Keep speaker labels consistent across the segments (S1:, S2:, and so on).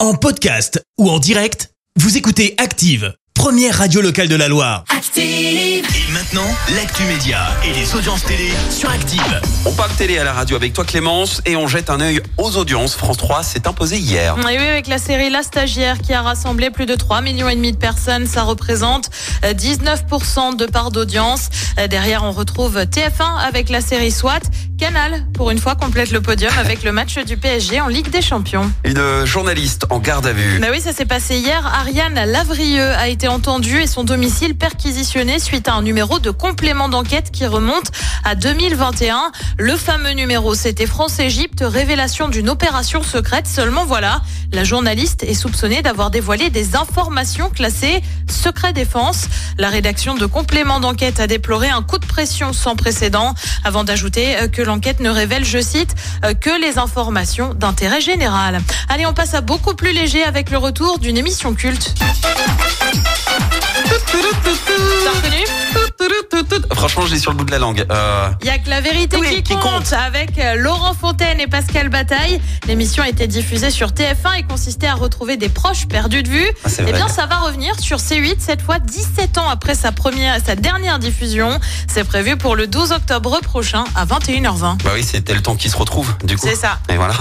S1: En podcast ou en direct, vous écoutez Active, première radio locale de la Loire.
S2: Active,
S1: Et maintenant, l'actu média et les audiences télé sur Active.
S3: On parle télé à la radio avec toi Clémence et on jette un œil aux audiences. France 3 s'est imposé hier.
S4: Et oui, avec la série La Stagiaire qui a rassemblé plus de 3,5 millions et demi de personnes, ça représente euh, 19% de part d'audience. Euh, Derrière, on retrouve TF1 avec la série SWAT. Canal, pour une fois, complète le podium avec le match du PSG en Ligue des Champions.
S3: Une journaliste en garde à vue.
S4: Bah oui, ça s'est passé hier. Ariane Lavrieux a été entendue et son domicile perquisitionné suite à un numéro de complément d'enquête qui remonte à 2021. Le fameux numéro, c'était France-Égypte, révélation d'une opération secrète. Seulement voilà, la journaliste est soupçonnée d'avoir dévoilé des informations classées secret défense. La rédaction de complément d'enquête a déploré un coup de pression sans précédent avant d'ajouter euh, que l'enquête ne révèle, je cite, euh, que les informations d'intérêt général. Allez, on passe à beaucoup plus léger avec le retour d'une émission culte. T'as reconnu
S3: Franchement, je l'ai sur le bout de la langue. Euh,
S4: Il y a que la vérité qui, compte, avec euh, Laurent Fontaine et Pascal Bataille. L'émission a été diffusée sur TF1 et consistait à retrouver des proches perdus de vue.
S3: Ah, c'est
S4: Eh
S3: vrai.
S4: bien, ça va revenir sur C8 cette fois 17 ans après sa première, sa dernière diffusion. C'est prévu pour le 12 octobre prochain à 21h20.
S3: bah oui, c'était le temps qui se retrouve du coup.
S4: C'est ça.
S3: Et voilà.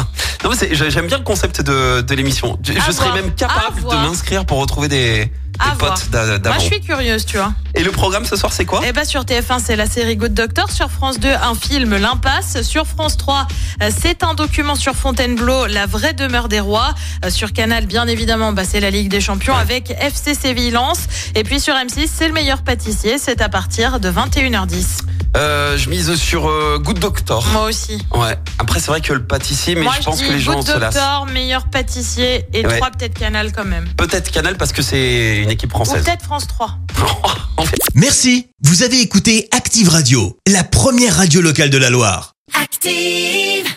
S3: Non, mais c'est- j'a- j'aime bien le concept de, de l'émission. Je, je
S4: À
S3: serais
S4: voir.
S3: même
S4: À
S3: capable de
S4: voir.
S3: m'inscrire pour retrouver des, des
S4: À voir.
S3: potes d'a-
S4: Moi,
S3: d'avant.
S4: je suis curieuse, tu vois.
S3: Et le programme ce soir, c'est quoi
S4: Eh ben sur TF1 c'est la série Good Doctor, sur France 2 un film L'impasse, sur France 3 euh, c'est un document sur Fontainebleau, La vraie demeure des rois, Euh, sur Canal bien évidemment bah, c'est la Ligue des Champions avec FC Séville Lens et puis sur M6 c'est le meilleur pâtissier, c'est à partir de 21h10.
S3: Euh, Je mise sur euh, Good Doctor.
S4: Moi aussi.
S3: Ouais. Après, c'est vrai que le pâtissier, mais
S4: Moi
S3: je pense
S4: dis
S3: que les gens
S4: Good
S3: se lassent.
S4: Doctor, meilleur pâtissier et
S3: Ouais.
S4: trois peut-être Canal quand même.
S3: Peut-être Canal parce que c'est une équipe
S4: Ou
S3: française.
S4: peut-être France 3.
S3: En fait,
S1: Merci, vous avez écouté Active Radio, la première radio locale de la Loire.
S2: active.